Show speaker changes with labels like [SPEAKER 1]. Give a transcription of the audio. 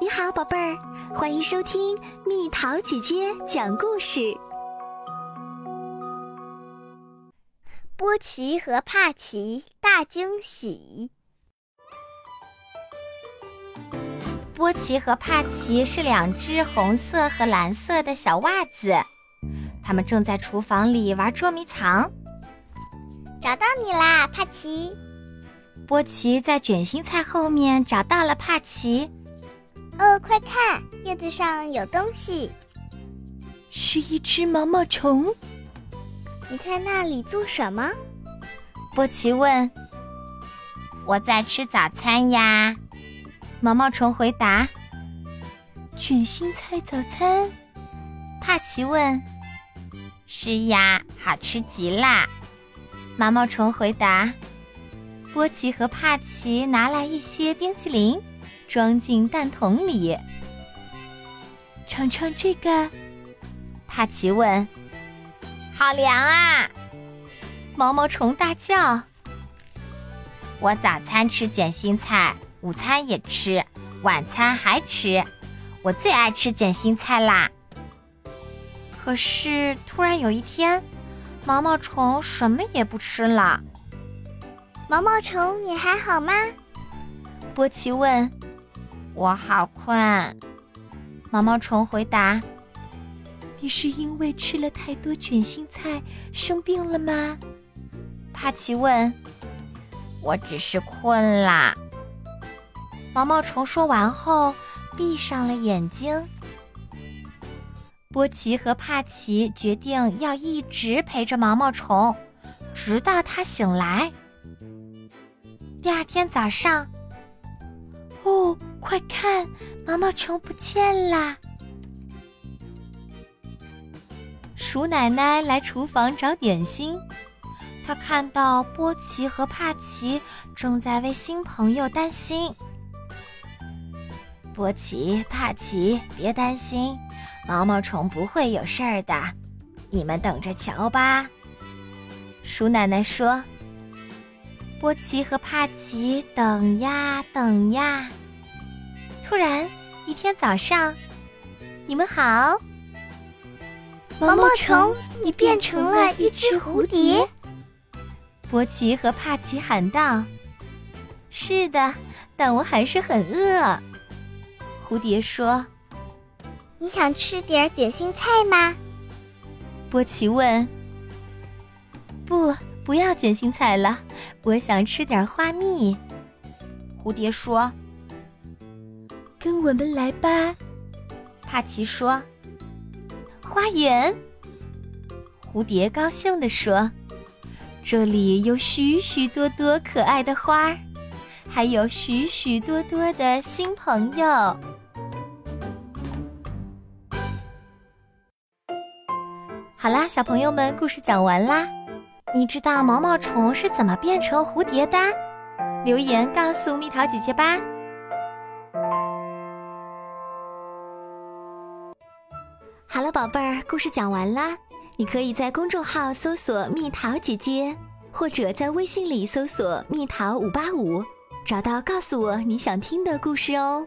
[SPEAKER 1] 你好，宝贝儿，欢迎收听蜜桃姐姐讲故事。
[SPEAKER 2] 波奇和帕奇大惊喜。
[SPEAKER 3] 波奇和帕奇是两只红色和蓝色的小袜子，他们正在厨房里玩捉迷藏。
[SPEAKER 2] 找到你啦，帕奇！
[SPEAKER 3] 波奇在卷心菜后面找到了帕奇，
[SPEAKER 2] 哦，快看，叶子上有东西，
[SPEAKER 3] 是一只毛毛虫。
[SPEAKER 2] 你在那里做什么？
[SPEAKER 3] 波奇问：“我在吃早餐呀。”毛毛虫回答：“卷心菜早餐。”帕奇问：“是呀，好吃极啦。”毛毛虫回答。波奇和帕奇拿来一些冰淇淋，装进蛋筒里。尝尝这个，帕奇问：“好凉啊！”毛毛虫大叫：“我早餐吃卷心菜，午餐也吃，晚餐还吃。我最爱吃卷心菜啦！”可是突然有一天，毛毛虫什么也不吃了。
[SPEAKER 2] 毛毛虫，你还好吗？
[SPEAKER 3] 波奇问：“我好困。”毛毛虫回答：“你是因为吃了太多卷心菜生病了吗？”帕奇问：“我只是困啦。”毛毛虫说完后，闭上了眼睛。波奇和帕奇决定要一直陪着毛毛虫，直到它醒来。第二天早上，哦，快看，毛毛虫不见啦！鼠奶奶来厨房找点心，她看到波奇和帕奇正在为新朋友担心。波奇、帕奇，别担心，毛毛虫不会有事儿的，你们等着瞧吧。鼠奶奶说。波奇和帕奇等呀等呀，突然一天早上，你们好，
[SPEAKER 2] 毛毛虫，你变成了一只蝴蝶。
[SPEAKER 3] 波奇和帕奇喊道：“是的，但我还是很饿。”蝴蝶说
[SPEAKER 2] 你想吃点卷心菜吗？：“
[SPEAKER 3] 波奇问，不，不要卷心菜了，我想吃点花蜜。”蝴蝶说：“跟我们来吧。”帕奇说：“花园。”蝴蝶高兴地说：“这里有许许多多可爱的花儿，还有许许多多的新朋友。”好啦，小朋友们，故事讲完啦。你知道毛毛虫是怎么变成蝴蝶的？留言告诉蜜桃姐姐吧。
[SPEAKER 1] 好了，宝贝儿，故事讲完啦。你可以在公众号搜索“蜜桃姐姐”，或者在微信里搜索“蜜桃五八五”，找到告诉我你想听的故事哦。